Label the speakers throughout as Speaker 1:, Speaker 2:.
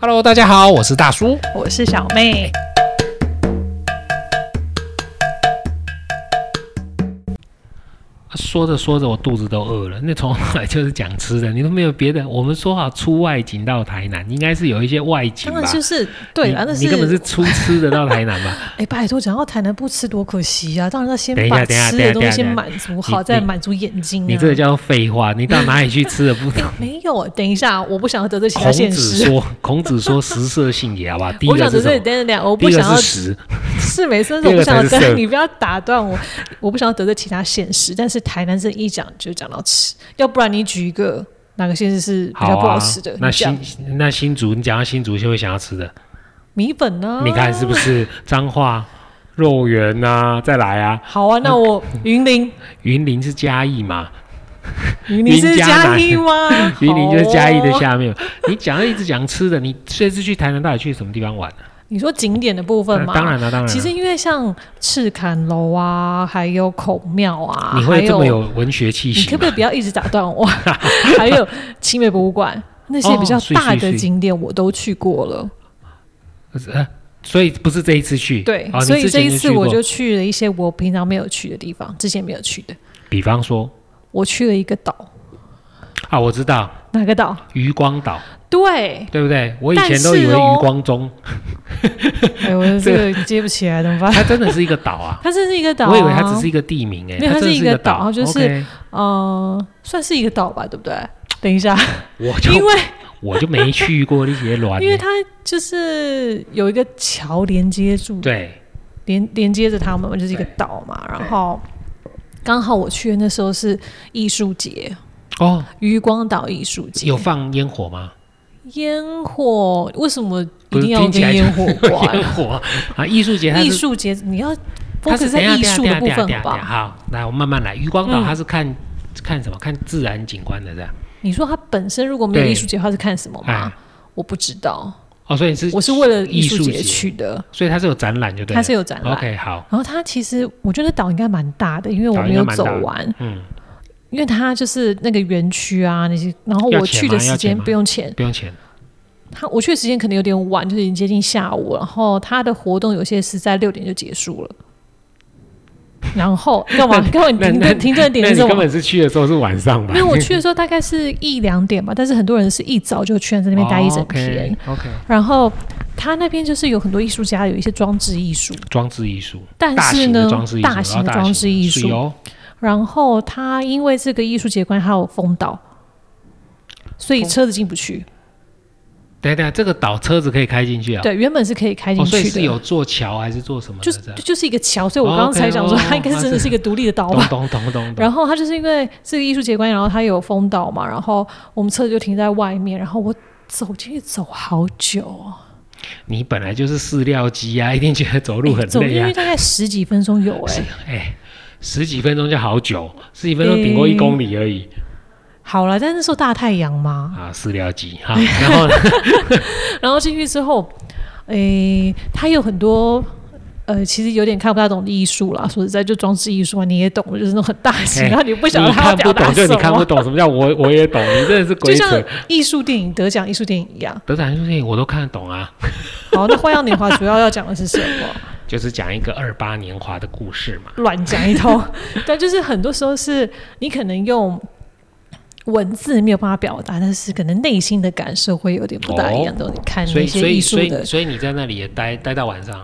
Speaker 1: Hello，大家好，我是大叔。
Speaker 2: 我是小
Speaker 1: 哎
Speaker 2: 妹。
Speaker 1: 啊说着说着，我肚子都饿了。那从来就是讲吃的，你都没有别的。我们说好出外景到台南，应该是有一些外景
Speaker 2: 当
Speaker 1: 吧？
Speaker 2: 然就是对啊，
Speaker 1: 你
Speaker 2: 那
Speaker 1: 你根本是
Speaker 2: 是
Speaker 1: 出吃的到台南吧？
Speaker 2: 哎，拜托，讲到台南不吃多可惜啊！当然要先
Speaker 1: 等一下
Speaker 2: 把
Speaker 1: 等一下
Speaker 2: 吃
Speaker 1: 等一下
Speaker 2: 的东西
Speaker 1: 等
Speaker 2: 先
Speaker 1: 一下
Speaker 2: 满足
Speaker 1: 你
Speaker 2: 好，再
Speaker 1: 你
Speaker 2: 满足眼睛啊。
Speaker 1: 你这个叫废话。你到哪里去 吃的不？
Speaker 2: 哎没有？等一下，我不想要得罪其他
Speaker 1: 孔
Speaker 2: 现
Speaker 1: 子
Speaker 2: 实，
Speaker 1: 说，孔子说食色性也， 好吧？第一
Speaker 2: 我想
Speaker 1: 个
Speaker 2: 得
Speaker 1: 是什
Speaker 2: 罪
Speaker 1: 么？
Speaker 2: 等等等，我
Speaker 1: 第
Speaker 2: 不
Speaker 1: 一
Speaker 2: 想
Speaker 1: 个
Speaker 2: 要
Speaker 1: 是食，
Speaker 2: 是没事，但
Speaker 1: 第
Speaker 2: 是
Speaker 1: 二个
Speaker 2: 我不想要
Speaker 1: 才是
Speaker 2: 得
Speaker 1: 色
Speaker 2: 你不要打断我，我不想要得罪其他现实，但是台南这一讲就讲到吃，要不然你举一个哪个县市是比较
Speaker 1: 好
Speaker 2: 不好
Speaker 1: 啊
Speaker 2: 吃的？。
Speaker 1: 那
Speaker 2: 你讲
Speaker 1: 新那新竹，你讲到新竹就会想要吃的，
Speaker 2: 米粉啊呢？
Speaker 1: 你看是不是？彰化肉圆呐，再来啊，
Speaker 2: 好啊，那我云林，
Speaker 1: 云林是嘉义嘛，
Speaker 2: 云林
Speaker 1: 云
Speaker 2: 是
Speaker 1: 嘉
Speaker 2: 嘉
Speaker 1: 南？
Speaker 2: 义吗
Speaker 1: 云林就是嘉义的
Speaker 2: 好哦
Speaker 1: 下面。你讲一直讲吃的，你这次去台南到底去什么地方玩、啊？
Speaker 2: 你说景点的部分
Speaker 1: 嗯
Speaker 2: 吗？
Speaker 1: 当然了，当然了。
Speaker 2: 其实因为像赤坎楼啊，还有孔庙啊，
Speaker 1: 你
Speaker 2: 还
Speaker 1: 会这么有
Speaker 2: 有，
Speaker 1: 文学气
Speaker 2: 你
Speaker 1: 息吗
Speaker 2: 可不可以不要一直打断 我？还有奇美博物馆那些比较
Speaker 1: 哦是
Speaker 2: 大
Speaker 1: 是
Speaker 2: 的
Speaker 1: 是
Speaker 2: 景点我都去过了，
Speaker 1: 呃所以不是这一次去，
Speaker 2: 对，
Speaker 1: 哦、
Speaker 2: 所
Speaker 1: 你
Speaker 2: 以
Speaker 1: 之
Speaker 2: 这
Speaker 1: 前
Speaker 2: 一次
Speaker 1: 去
Speaker 2: 我
Speaker 1: 过
Speaker 2: 就去了一些我平常没有去的地方，之前没有去的。
Speaker 1: 比方说
Speaker 2: 我去了一个岛，
Speaker 1: 啊，我知道
Speaker 2: 哪个岛？
Speaker 1: 渔光岛，
Speaker 2: 对，
Speaker 1: 对不对？我以
Speaker 2: 但
Speaker 1: 前都以为
Speaker 2: 是哦
Speaker 1: 渔光中，
Speaker 2: 哎，我这个接不起来，怎么办？。
Speaker 1: 它真的是一个岛啊
Speaker 2: 它这是一 个岛、啊，
Speaker 1: 我以为它只是一个地名哎、
Speaker 2: 没有它
Speaker 1: 真的
Speaker 2: 是一
Speaker 1: 一个
Speaker 2: 个岛
Speaker 1: 岛，
Speaker 2: 就是
Speaker 1: OK
Speaker 2: 嗯，算是一个岛吧，对不对？等一下，
Speaker 1: 我
Speaker 2: 因
Speaker 1: 就
Speaker 2: 为
Speaker 1: 我就没去过那些卵欸，
Speaker 2: 因为它就是有一个桥连接住，
Speaker 1: 对
Speaker 2: 连连接着它们嘛，就是一个岛嘛。然后刚好我去的那时候是艺术节，
Speaker 1: 哦，
Speaker 2: 渔光岛艺术节
Speaker 1: 有放烟火吗？
Speaker 2: 烟火，为什么一
Speaker 1: 不是
Speaker 2: 定要
Speaker 1: 听
Speaker 2: 跟
Speaker 1: 起来就
Speaker 2: 烟火
Speaker 1: 烟
Speaker 2: 关？
Speaker 1: 火啊，艺术节它
Speaker 2: 艺
Speaker 1: 是
Speaker 2: 术节你要
Speaker 1: 它
Speaker 2: focus
Speaker 1: 是
Speaker 2: 在
Speaker 1: 等一下
Speaker 2: 艺术
Speaker 1: 等一下
Speaker 2: 的部分，
Speaker 1: 等一
Speaker 2: 好
Speaker 1: 下
Speaker 2: 不
Speaker 1: 等一下
Speaker 2: 好？
Speaker 1: 好，来我们慢慢来。渔光岛
Speaker 2: 嗯
Speaker 1: 它是看、看什么？看自然景观的这样。
Speaker 2: 你说它本身如果没有
Speaker 1: 对
Speaker 2: 艺术节，它是看什么吗
Speaker 1: 哎？
Speaker 2: 我不知道，
Speaker 1: 哦，所以是
Speaker 2: 我是为了艺
Speaker 1: 艺
Speaker 2: 术
Speaker 1: 术
Speaker 2: 节
Speaker 1: 节，
Speaker 2: 去的，
Speaker 1: 所以它是有展览就对了。
Speaker 2: 它是有展览。
Speaker 1: OK 好，
Speaker 2: 然后它其实我觉得岛应该蛮大的，因为我
Speaker 1: 岛应
Speaker 2: 没
Speaker 1: 该
Speaker 2: 有
Speaker 1: 蛮
Speaker 2: 走
Speaker 1: 大的
Speaker 2: 完，
Speaker 1: 嗯，
Speaker 2: 因为它就是那个园区啊那些。然后
Speaker 1: 要
Speaker 2: 我
Speaker 1: 钱
Speaker 2: 去的
Speaker 1: 吗要钱
Speaker 2: 时间
Speaker 1: 吗
Speaker 2: 不用钱，
Speaker 1: 不用钱。
Speaker 2: 它我去的时间可能有点晚，就是已经接近下午。然后它的活动有些是在六点就结束了。然后 干嘛？干嘛？你
Speaker 1: 那那
Speaker 2: 停顿停顿点
Speaker 1: 那
Speaker 2: 是
Speaker 1: 你
Speaker 2: 什
Speaker 1: 根
Speaker 2: 么？
Speaker 1: 本是去的时候是晚上吧？
Speaker 2: 因为我 去的时候大概是一两点吧，但是很多人是一早就去在那边待一整天。。
Speaker 1: 哦 OK，
Speaker 2: 然后它那边就是有很多艺术家，有一些装置艺术，
Speaker 1: 装置艺术，
Speaker 2: 但
Speaker 1: 大
Speaker 2: 是
Speaker 1: 型
Speaker 2: 呢
Speaker 1: 的装置艺，术，
Speaker 2: 大型的装置艺术，
Speaker 1: 哦。
Speaker 2: 然后他因为这个艺术节关，他有封岛，所以车子进不去。
Speaker 1: 等一下等一下，这个岛车子可以开进去啊？
Speaker 2: 对，原本是可以开进
Speaker 1: 哦，
Speaker 2: 去
Speaker 1: 所
Speaker 2: 的，
Speaker 1: 以是有做桥还是做什么
Speaker 2: 就
Speaker 1: 的
Speaker 2: 是
Speaker 1: 这样？
Speaker 2: 就就是一个桥，所以我
Speaker 1: 哦
Speaker 2: 刚刚才
Speaker 1: OK，
Speaker 2: 想说，
Speaker 1: 哦
Speaker 2: 它应该
Speaker 1: 它
Speaker 2: 真的
Speaker 1: 是
Speaker 2: 是一个独立的岛
Speaker 1: 懂
Speaker 2: 吧。
Speaker 1: 懂懂懂懂。
Speaker 2: 然后它就是因为这个艺术节关，然后它有封岛嘛，然后我们车子就停在外面，然后我走进去走好久哦，
Speaker 1: 你本来就是饲料鸡啊，一定觉得走路很
Speaker 2: 哎走进
Speaker 1: 累啊
Speaker 2: 去。大概十几分钟有哎、
Speaker 1: 是哎，十几分钟就好久，十几分钟顶过一公里而已、
Speaker 2: 好了，但那时候大太阳嘛，
Speaker 1: 啊，饲料鸡哈。然 后呢
Speaker 2: 然后进去之后，诶、它有很多。呃，其实有点看不大懂的艺术啦，说实在，就装置艺术啊，你也懂，就是那种很大型，
Speaker 1: 哎
Speaker 2: 然后你不
Speaker 1: 你
Speaker 2: 晓得它要
Speaker 1: 看
Speaker 2: 表
Speaker 1: 不
Speaker 2: 达
Speaker 1: 懂
Speaker 2: 什
Speaker 1: 就
Speaker 2: 么，
Speaker 1: 你看不懂，什么叫我我也懂？ 你真的是
Speaker 2: 就
Speaker 1: 鬼
Speaker 2: 像
Speaker 1: 扯。
Speaker 2: 艺术电影得奖艺术电影一样。
Speaker 1: 德展艺术电影我都看得懂啊，
Speaker 2: 好，那《花样年华》主要要讲的是什么？
Speaker 1: 就是讲一个二八年华的故事嘛。
Speaker 2: 乱讲一 通。但就是很多时候是你可能用文字没有办法表达，但是可能内心的感受会有点不大一样的。你看
Speaker 1: 哦所
Speaker 2: 嗯那
Speaker 1: 以
Speaker 2: 些
Speaker 1: 所以
Speaker 2: 艺术
Speaker 1: 所以
Speaker 2: 的
Speaker 1: 所以你在那里也待待到晚上，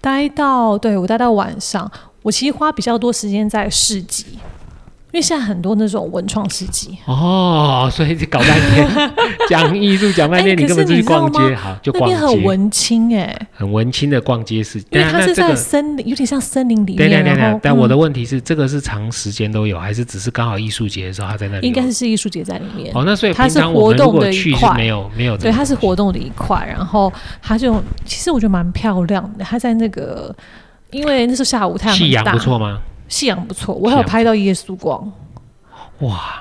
Speaker 2: 待到对我待到晚上，我其实花比较多时间在市集，因为现在很多那种文创市集，
Speaker 1: 哦，所以就搞半天讲艺术讲半天，
Speaker 2: 哎
Speaker 1: 你根本
Speaker 2: 可
Speaker 1: 就是去
Speaker 2: 你知道
Speaker 1: 逛街，
Speaker 2: 吗
Speaker 1: 好就
Speaker 2: 那
Speaker 1: 逛街，
Speaker 2: 边很文青哎、
Speaker 1: 很文青的逛街是，
Speaker 2: 因为
Speaker 1: 等一下
Speaker 2: 它
Speaker 1: 那
Speaker 2: 是
Speaker 1: 这
Speaker 2: 在
Speaker 1: 个
Speaker 2: 森林，有点像森林里
Speaker 1: 对对
Speaker 2: 面，
Speaker 1: 对
Speaker 2: 然后
Speaker 1: 对，但我
Speaker 2: 嗯
Speaker 1: 的问题是，这个是长时间都有，还是只是刚好艺术节的时候他在那里有？
Speaker 2: 嗯
Speaker 1: 哦
Speaker 2: 应该是艺术节在里面。
Speaker 1: 哦，那所以
Speaker 2: 它
Speaker 1: 平
Speaker 2: 是
Speaker 1: 常我
Speaker 2: 活
Speaker 1: 们如
Speaker 2: 动
Speaker 1: 果
Speaker 2: 的一
Speaker 1: 去是
Speaker 2: 块
Speaker 1: 没有没有这
Speaker 2: 对，
Speaker 1: 个
Speaker 2: 它是
Speaker 1: 东西
Speaker 2: 活动的一块，然后它就其实我觉得蛮漂亮的，它在那个。因为那时候下午太阳
Speaker 1: 夕阳
Speaker 2: 很
Speaker 1: 不，
Speaker 2: 大，
Speaker 1: 错吗？
Speaker 2: 夕阳不错，我还有拍到耶稣光，
Speaker 1: 哇，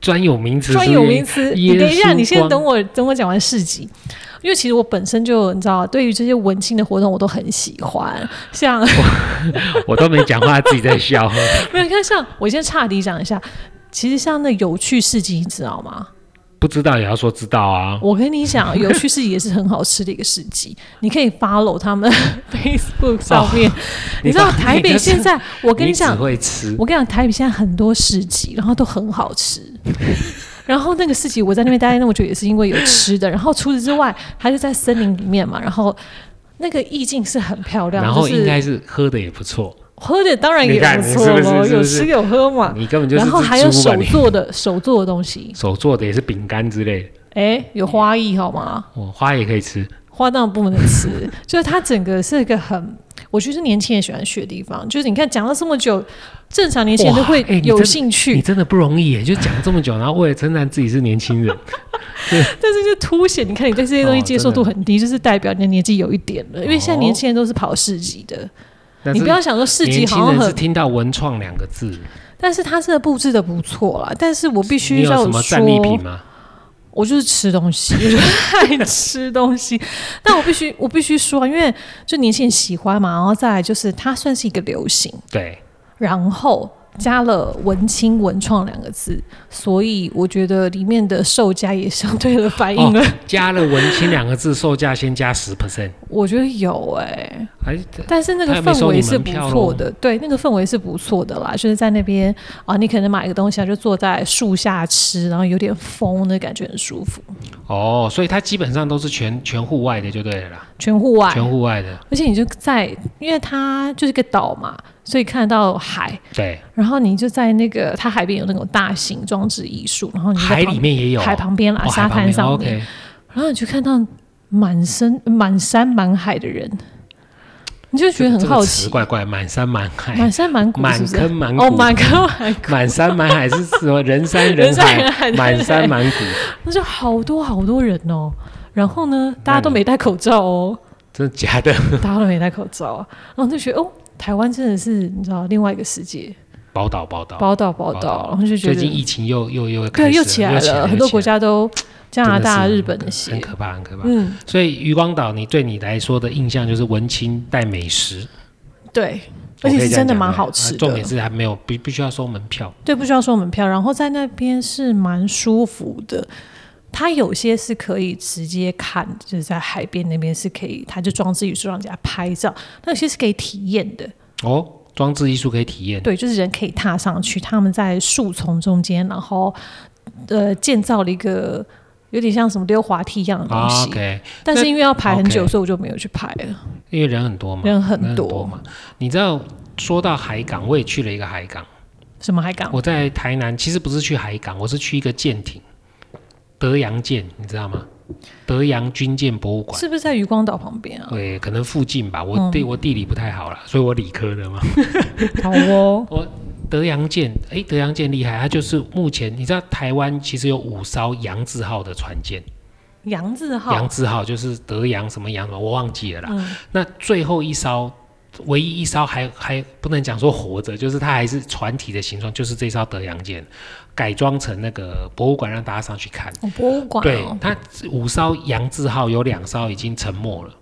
Speaker 1: 专有名词，
Speaker 2: 专有名。词。
Speaker 1: 耶
Speaker 2: 你等一下，
Speaker 1: 稣
Speaker 2: 你先
Speaker 1: 光
Speaker 2: 等我，等我讲完市集，因为其实我本身就你知道，对于这些文青的活动我都很喜欢。 像
Speaker 1: 我都没讲话，自己在笑。
Speaker 2: 没有你看，像我先岔题讲一下，其实像那有趣市集，你知道吗？
Speaker 1: 不知道也要说知道啊。
Speaker 2: 我跟你讲，有趣市集也是很好吃的一个市集，你可以 follow 他们 Facebook 上面。你知道
Speaker 1: 把
Speaker 2: 台
Speaker 1: 你
Speaker 2: 北
Speaker 1: 的
Speaker 2: 现在，我跟
Speaker 1: 你
Speaker 2: 你讲
Speaker 1: 只，会吃，
Speaker 2: 我跟你讲，台北现在很多市集，然后都很好吃。 然后那个市集，我在那边待那么久也是因为有吃的。然后除此之外，它就在森林里面嘛，然后那个意境是很漂亮，
Speaker 1: 然后
Speaker 2: 就
Speaker 1: 应
Speaker 2: 是
Speaker 1: 该是喝的也不错，
Speaker 2: 喝的当然也
Speaker 1: 你看
Speaker 2: 不错
Speaker 1: 你是不
Speaker 2: 喽，
Speaker 1: 是
Speaker 2: 有
Speaker 1: 是
Speaker 2: 吃
Speaker 1: 不是
Speaker 2: 有喝嘛。
Speaker 1: 你根本就是
Speaker 2: 然后
Speaker 1: 只
Speaker 2: 还有
Speaker 1: 猪吧
Speaker 2: 手
Speaker 1: 你
Speaker 2: 做的手做的东西，
Speaker 1: 手做的也是饼干之类的，
Speaker 2: 哎，有花艺好吗？
Speaker 1: 我、花也可以吃。
Speaker 2: 花当然不能吃， 就是它整个是一个很，我觉得是年轻人喜欢去的地方。就是你看讲了这么久，正常年轻人都
Speaker 1: 哇
Speaker 2: 会
Speaker 1: 哎你
Speaker 2: 有
Speaker 1: 真
Speaker 2: 兴趣，
Speaker 1: 你真的不容易耶，就讲这么久，然后为了称赞自己是年轻人，
Speaker 2: 但是就凸显，你看你对这些东西接受度很
Speaker 1: 哦
Speaker 2: 低，就是代表你的年纪有一点了。因为现在年轻人都是跑市集的，
Speaker 1: 但
Speaker 2: 你
Speaker 1: 是
Speaker 2: 不要想说市集
Speaker 1: 年
Speaker 2: 好
Speaker 1: 轻
Speaker 2: 像
Speaker 1: 人是
Speaker 2: 很，
Speaker 1: 听到“文创”两个字，
Speaker 2: 但是它真的布置的不错啦。但是我必
Speaker 1: 你
Speaker 2: 须
Speaker 1: 有
Speaker 2: 要
Speaker 1: 什么战利品
Speaker 2: 说，
Speaker 1: 吗？
Speaker 2: 我就是吃东西， 我就爱吃 东西。但我必须，我必须说，因为就年轻人喜欢嘛，然后再来就是它算是一个流行，
Speaker 1: 对，
Speaker 2: 然后。加了“文青文创”两个字，所以我觉得里面的售价也相对的反
Speaker 1: 哦
Speaker 2: 映了。
Speaker 1: 加了“文青”两个字，售价先加十 percent，
Speaker 2: 我觉得有哎、
Speaker 1: 还
Speaker 2: 但是那个
Speaker 1: 他也没
Speaker 2: 氛
Speaker 1: 收
Speaker 2: 围
Speaker 1: 你
Speaker 2: 是
Speaker 1: 门
Speaker 2: 不
Speaker 1: 票
Speaker 2: 错
Speaker 1: 咯
Speaker 2: 的，对，那个氛围是不错的啦。就是在那边啊，你可能买一个东西啊，就坐在树下吃，然后有点风的感觉很舒服，
Speaker 1: 哦，所以它基本上都是全全户外的就对了啦，
Speaker 2: 全户外。
Speaker 1: 全户外的，
Speaker 2: 而且你就在，因为它就是一个岛嘛，所以看得到海，
Speaker 1: 对，
Speaker 2: 然后你就在那个它海边有那种大型装置艺术，然后你就在
Speaker 1: 海
Speaker 2: 旁
Speaker 1: 里面也有，
Speaker 2: 嗯海旁边啦，
Speaker 1: 哦
Speaker 2: 沙
Speaker 1: 海旁
Speaker 2: 滩
Speaker 1: 边
Speaker 2: 上面，
Speaker 1: ，OK，
Speaker 2: 然后你就看到满身满山满海的人，你就觉得很
Speaker 1: 这个
Speaker 2: 好
Speaker 1: 词
Speaker 2: 奇，
Speaker 1: 怪怪，满山满海，
Speaker 2: 满山满谷是
Speaker 1: 满
Speaker 2: 不是？
Speaker 1: 坑满谷，
Speaker 2: 哦，满坑满谷。
Speaker 1: 满山满海是什 么？人山
Speaker 2: 人
Speaker 1: 人
Speaker 2: 山人海
Speaker 1: 海，满山满谷，
Speaker 2: 那就好多好多人哦。然后呢，大家都没戴口罩哦，
Speaker 1: 真的假的？
Speaker 2: 大家都没戴口罩啊。然后就觉得哦，台湾真的是你知道另外一个世界，
Speaker 1: 宝岛宝岛，
Speaker 2: 宝岛宝
Speaker 1: 宝
Speaker 2: 岛
Speaker 1: 岛，
Speaker 2: 然后就觉
Speaker 1: 哦最近
Speaker 2: 得
Speaker 1: 疫情又又又开
Speaker 2: 对
Speaker 1: 始
Speaker 2: 又起来了，很多国家都加
Speaker 1: 真的
Speaker 2: 拿
Speaker 1: 是
Speaker 2: 大、
Speaker 1: 很
Speaker 2: 日本那
Speaker 1: 很
Speaker 2: 些，
Speaker 1: 可怕，很可怕。
Speaker 2: 嗯，
Speaker 1: 所以渔光岛，你对你来说的印象就是文青带美食，
Speaker 2: 对，
Speaker 1: 我
Speaker 2: 而
Speaker 1: 可以
Speaker 2: 且是
Speaker 1: 这样
Speaker 2: 真的
Speaker 1: 讲
Speaker 2: 蛮
Speaker 1: 对
Speaker 2: 好
Speaker 1: 啊
Speaker 2: 吃
Speaker 1: 重点
Speaker 2: 的。
Speaker 1: 是还没有必必须要收门票，
Speaker 2: 对，不需要收门票，然后在那边是蛮舒服的。它有些是可以直接看，就是在海边那边是可以，它就装置艺术让人家拍照；那有些是可以体验的，
Speaker 1: 哦，装置艺术可以体验。
Speaker 2: 对，就是人可以踏上去，他们在树丛中间，然后呃建造了一个有点像什么溜滑梯一样的东
Speaker 1: 啊
Speaker 2: 西。
Speaker 1: OK，
Speaker 2: 但是因为要排很久，
Speaker 1: OK
Speaker 2: 所以我就没有去排了。
Speaker 1: 因为人很多嘛，
Speaker 2: 人很多
Speaker 1: 嘛。你知道，说到海港，我也去了一个海港。
Speaker 2: 什么海港？
Speaker 1: 我在台南，其实不是去海港，我是去一个舰艇，德阳舰，你知道吗？德阳军舰博物馆。
Speaker 2: 是不嗯是在渔光岛旁边啊？
Speaker 1: 对，可能附近吧。我地、我地理不太好啦，所以我理科的嘛。
Speaker 2: 好哦，
Speaker 1: 德阳舰，诶，德阳舰厉害，它就是目前你知道台湾其实有五艘杨字号的船舰，
Speaker 2: 杨字
Speaker 1: 杨
Speaker 2: 号，
Speaker 1: 字号就是德阳什么杨什么，我忘记了啦。
Speaker 2: 嗯，
Speaker 1: 那最后一艘，唯一一艘还还不能讲说活着，就是它还是船体的形状，就是这艘德阳舰改装成那个博物馆，让大家上去看。
Speaker 2: 哦博物馆
Speaker 1: 对
Speaker 2: 哦，，
Speaker 1: 它五艘杨字号有两艘已经沉没了，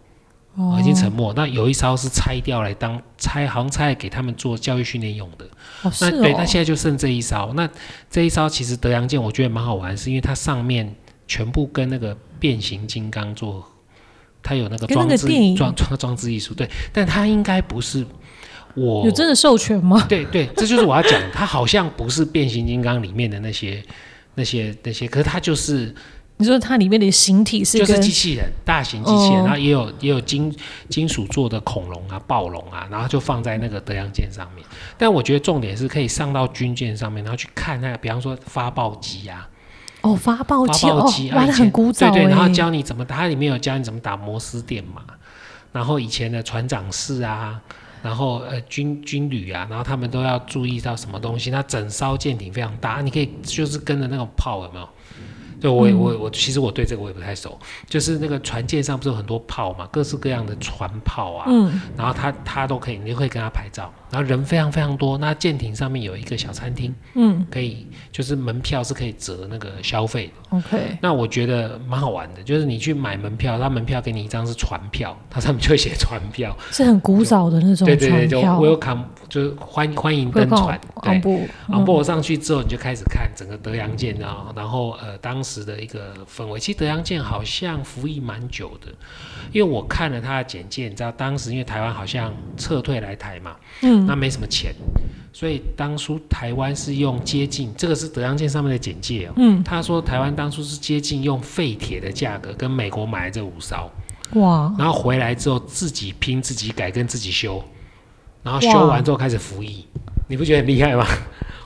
Speaker 1: 哦、已经沉没。那有一艘是拆掉来当拆，好像拆来给他们做教育训练用的。
Speaker 2: 哦是
Speaker 1: 那对，那
Speaker 2: 哦，
Speaker 1: 现在就剩这一艘。那这一艘其实德阳舰我觉得蛮好玩，是因为它上面全部跟那个变形金刚做，它有那个
Speaker 2: 跟那
Speaker 1: 装
Speaker 2: 个
Speaker 1: 置
Speaker 2: 电影
Speaker 1: 装装装置艺术。对，但它应该不是我
Speaker 2: 有真的授权吗？
Speaker 1: 对对，这就是我要讲，它好像不是变形金刚里面的那些那些那些，可是它就是
Speaker 2: 你说它里面的形体是
Speaker 1: 就是
Speaker 2: 跟
Speaker 1: 机器人，大型机器人，
Speaker 2: 哦
Speaker 1: 然后也有也有金金属做的恐龙啊、暴龙啊，然后就放在那个德阳舰上面。但我觉得重点是可以上到军舰上面，然后去看那个，比方说发报机啊，
Speaker 2: 哦发报
Speaker 1: 发
Speaker 2: 机
Speaker 1: 报
Speaker 2: 哦
Speaker 1: 机，啊，
Speaker 2: 哇，
Speaker 1: 以
Speaker 2: 那
Speaker 1: 前
Speaker 2: 很古早
Speaker 1: 对对，然后
Speaker 2: 哎，
Speaker 1: 教你怎么打，它里面有教你怎么打摩斯电码，然后以前的船长室啊。然后呃军军旅啊，然后他们都要注意到什么东西。那整艘舰艇非常大，啊你可以就是跟着那种炮有没有？对
Speaker 2: 嗯
Speaker 1: 我也我我其实我对这个我也不太熟，就是那个船舰上不是有很多炮嘛，各式各样的船炮啊，
Speaker 2: 嗯，
Speaker 1: 然后他他都可以，你就可以跟他拍照。然后人非常非常多，那舰艇上面有一个小餐厅，
Speaker 2: 嗯，
Speaker 1: 可以就是门票是可以折那个消费的。
Speaker 2: ，OK，
Speaker 1: 那我觉得蛮好玩的，就是你去买门票，他门票给你一张是船票，它上面就会写船票，
Speaker 2: 是很古早的那种
Speaker 1: 对对
Speaker 2: 船
Speaker 1: 对，就
Speaker 2: 票，
Speaker 1: welcome 就是欢欢迎
Speaker 2: 会
Speaker 1: 登船，对。
Speaker 2: 昂布，
Speaker 1: 昂博上去之后，你就开始看整个德阳舰啊，然后呃，当时的一个氛围。其实德阳舰好像服役蛮久的，因为我看了他的简介，你知道当时因为台湾好像撤退来台嘛，
Speaker 2: 嗯，
Speaker 1: 那没什么钱，所以当初台湾是用接近，这个是德阳舰上面的简介哦。
Speaker 2: 嗯，
Speaker 1: 他说台湾当初是接近用废铁的价格跟美国买这五艘，
Speaker 2: 嗯哇，
Speaker 1: 然后回来之后自己拼、自己改、跟自己修，然后修完之后开始服役，你不觉得很厉害吗？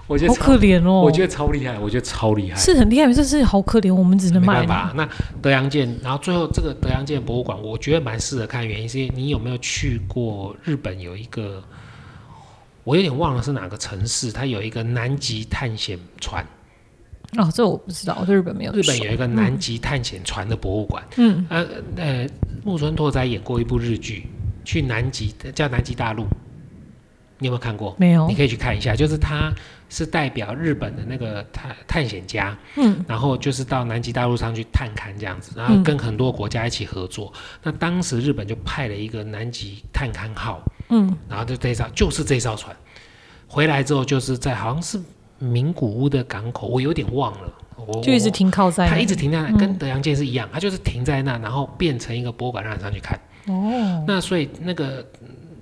Speaker 1: 我觉得
Speaker 2: 好
Speaker 1: 超，
Speaker 2: 可怜哦，
Speaker 1: 我觉得超厉害，我觉得超厉害。
Speaker 2: 是很厉害，这是好可怜，我们只能
Speaker 1: 没
Speaker 2: 买
Speaker 1: 办。法，那德阳舰，然后最后这个德阳舰博物馆，我觉得蛮适合看，原因是因为你有没有去过日本有一个，我有点忘了是哪个城市，它有一个南极探险船，
Speaker 2: 哦，这我不知道，我对日本没有熟。
Speaker 1: 日本有一个南极探险船的博物馆，
Speaker 2: 嗯，
Speaker 1: 呃呃，木村拓哉演过一部日剧，去南极叫《南极大陆》，你有没有看过？
Speaker 2: 没有
Speaker 1: 你，可以去看一下，就是他是代表日本的那个探探险家，
Speaker 2: 嗯，
Speaker 1: 然后就是到南极大陆上去探勘这样子，然后跟很多国家一起合作。那当时日本就派了一个南极探勘号，
Speaker 2: 嗯，
Speaker 1: 然后就这艘就是这艘船，回来之后就是在好像是名古屋的港口，我有点忘了，我
Speaker 2: 就一直
Speaker 1: 我
Speaker 2: 停靠在那
Speaker 1: 它
Speaker 2: 里，嗯
Speaker 1: 一直停在那，跟德阳舰是一样，它就是停在那，然后变成一个博物馆让你上去看。
Speaker 2: 哦，
Speaker 1: 那所以那个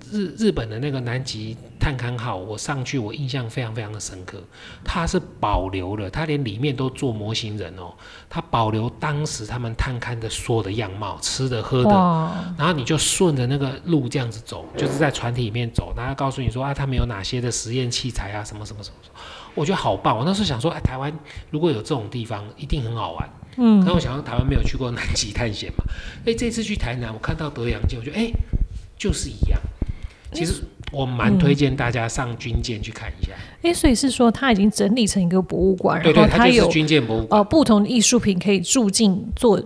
Speaker 1: 日日本的那个南极探勘号，我上去我印象非常非常的深刻，它是保留了，它连里面都做模型人哦，它保留当时他们探勘的所有的样貌，吃的喝的。
Speaker 2: 哇，
Speaker 1: 然后你就顺着那个路这样子走，就是在船体里面走，然后告诉你说啊，他们有哪些的实验器材啊，什么什么什么什么，我觉得好棒。我那时候想说，哎，台湾如果有这种地方，一定很好玩。然
Speaker 2: 嗯，
Speaker 1: 后我想到台湾没有去过南极探险嘛，哎，这次去台南，我看到德阳舰，我觉得哎，就是一样。
Speaker 2: 哎
Speaker 1: 其实我蛮推荐大家上军舰去看一下，
Speaker 2: 哎，所以是说它已经整理成一个博物馆，
Speaker 1: 对
Speaker 2: 然
Speaker 1: 对，
Speaker 2: 后
Speaker 1: 它就是
Speaker 2: 嗯哦有
Speaker 1: 军舰博物馆。
Speaker 2: 呃不同的艺术品可以住进做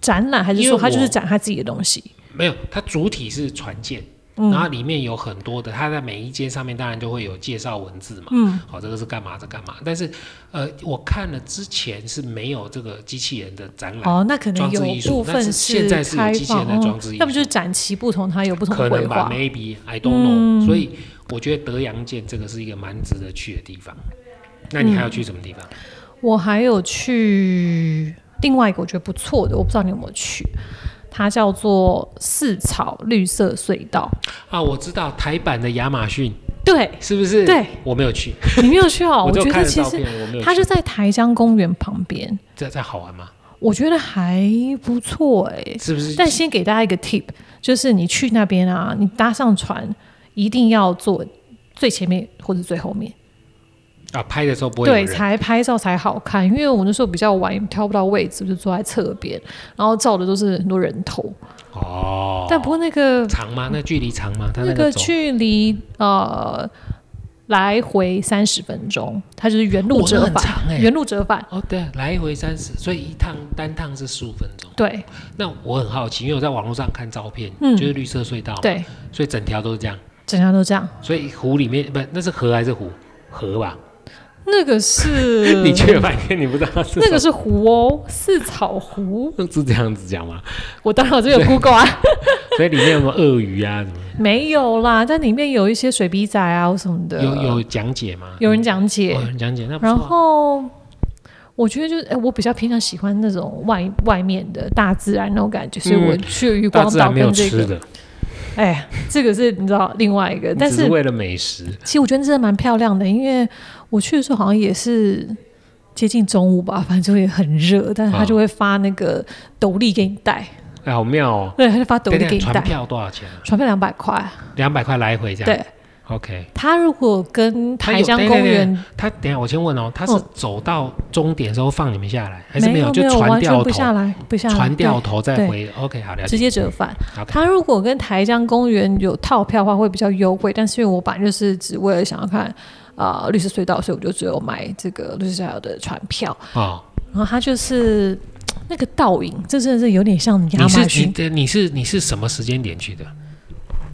Speaker 2: 展览，还是
Speaker 1: 因为
Speaker 2: 说它就是
Speaker 1: 我
Speaker 2: 展它自己的东西？
Speaker 1: 没有，它主体是船舰，
Speaker 2: 嗯
Speaker 1: 然后里面有很多的，它在每一间上面当然就会有介绍文字嘛，
Speaker 2: 嗯，
Speaker 1: 好、这个是干嘛，这干嘛？但是呃，我看了之前是没有这个机器人的展览，
Speaker 2: 哦，那可能
Speaker 1: 装置
Speaker 2: 有
Speaker 1: 艺术
Speaker 2: 部
Speaker 1: 那
Speaker 2: 分
Speaker 1: 是现在是有
Speaker 2: 开
Speaker 1: 机器
Speaker 2: 放，
Speaker 1: 人的装置
Speaker 2: 哦
Speaker 1: 艺
Speaker 2: 要么
Speaker 1: 术
Speaker 2: 就是展期不同，它有不同
Speaker 1: 可
Speaker 2: 的规
Speaker 1: 能吧
Speaker 2: 划。
Speaker 1: ，maybe I don't know、所
Speaker 2: 嗯
Speaker 1: 以我觉得德阳舰这个是一个蛮值得去的地方。那你还要去什么地方？
Speaker 2: 嗯我还有去另外一个我觉得不错的，我不知道你有没有去，它叫做四草绿色隧道。
Speaker 1: 啊，我知道台版的亚马逊
Speaker 2: 对，
Speaker 1: 是不是？
Speaker 2: 对，
Speaker 1: 我没有去，
Speaker 2: 你没有 去哦？我
Speaker 1: 就
Speaker 2: 觉
Speaker 1: 看
Speaker 2: 得
Speaker 1: 了
Speaker 2: 其
Speaker 1: 照
Speaker 2: 实
Speaker 1: 片，我没有去。
Speaker 2: 它就在台江公园旁边，
Speaker 1: 这这好玩吗？
Speaker 2: 我觉得还不错哎、
Speaker 1: 是不是？
Speaker 2: 但先给大家一个 tip，就是你去那边啊，你搭上船一定要坐最前面或者最后面，
Speaker 1: 啊，拍的时候不会有
Speaker 2: 对，
Speaker 1: 人。
Speaker 2: 才拍照才好看。因为我那时候比较晚，挑不到位置，我就坐在侧边，然后照的都是很多人头。
Speaker 1: 哦，
Speaker 2: 但不过那个
Speaker 1: 长吗？那距离长吗？它
Speaker 2: 那
Speaker 1: 个
Speaker 2: 个
Speaker 1: 走
Speaker 2: 距离呃来回三十分钟，它就是原路
Speaker 1: 哦那
Speaker 2: 折
Speaker 1: 很
Speaker 2: 返，
Speaker 1: 长哎。
Speaker 2: 原路折返。
Speaker 1: 哦，对，来回三十，所以一趟单趟是十五分钟。
Speaker 2: 对
Speaker 1: 那我很好奇，因为我在网络上看照片，
Speaker 2: 嗯
Speaker 1: 就是绿色隧道，，
Speaker 2: 对，
Speaker 1: 所以整条都是这样。
Speaker 2: 整条都这样。
Speaker 1: 所以湖里面不，那是河还是湖？河吧。
Speaker 2: 那个 是
Speaker 1: 你去了半天，你不知道是
Speaker 2: 那个是湖哦，四草湖。
Speaker 1: 什么是这样子讲吗？
Speaker 2: 我当然我这有 Google 啊，
Speaker 1: 所以里面有没有鳄鱼啊？什么
Speaker 2: 没有啦，但里面有一些水笔仔啊什么的，
Speaker 1: 有有讲解吗？
Speaker 2: 有人讲解，
Speaker 1: 哦有人讲解，那不错啊
Speaker 2: 然后我觉得就是，哎，我比较偏向喜欢那种外外面的大自然那种感觉，所以我去渔
Speaker 1: 嗯大
Speaker 2: 光
Speaker 1: 自
Speaker 2: 岛
Speaker 1: 然没有
Speaker 2: 跟这
Speaker 1: 吃
Speaker 2: 个，
Speaker 1: 的，
Speaker 2: 哎，这个是你知道另外一个，但
Speaker 1: 只是
Speaker 2: 是
Speaker 1: 为了美食。
Speaker 2: 其实我觉得真的蛮漂亮的，因为我去的时候好像也是。接近中午吧， 反正就也很热，但是他
Speaker 1: 啊
Speaker 2: 就会发那个斗笠给你戴，
Speaker 1: 哎，好妙哦！
Speaker 2: 对，他就发斗
Speaker 1: 对
Speaker 2: 笠给
Speaker 1: 对，
Speaker 2: 你
Speaker 1: 船
Speaker 2: 戴，
Speaker 1: 票多少钱啊？
Speaker 2: 船费两百块。
Speaker 1: 两百块来回这样。
Speaker 2: 对
Speaker 1: OK，
Speaker 2: 他如果跟
Speaker 1: 它
Speaker 2: 台
Speaker 1: 有
Speaker 2: 江
Speaker 1: 哦对对
Speaker 2: 公
Speaker 1: 对
Speaker 2: 园
Speaker 1: 他等一下我先问哦，他是
Speaker 2: 嗯
Speaker 1: 走到终点之后放你们下来，还是
Speaker 2: 没
Speaker 1: 有？就
Speaker 2: 没有
Speaker 1: 船
Speaker 2: 完全
Speaker 1: 掉
Speaker 2: 不下
Speaker 1: 头，
Speaker 2: 来，不下来，
Speaker 1: 船
Speaker 2: 对
Speaker 1: 掉头再
Speaker 2: 对
Speaker 1: 回。OK，好了解。
Speaker 2: 直接折返。
Speaker 1: OK
Speaker 2: 他如果跟台江公园有套票的话，会比较优惠。但是因为我本来就是只为了想要看啊、呃、绿色隧道，所以我就只有买这个绿色隧道的船票。
Speaker 1: 哦，
Speaker 2: 然后它就是嘖那个倒影，这真的是有点像亚
Speaker 1: 你
Speaker 2: 马
Speaker 1: 是你
Speaker 2: 逊。
Speaker 1: 的你是你是什么时间点去的？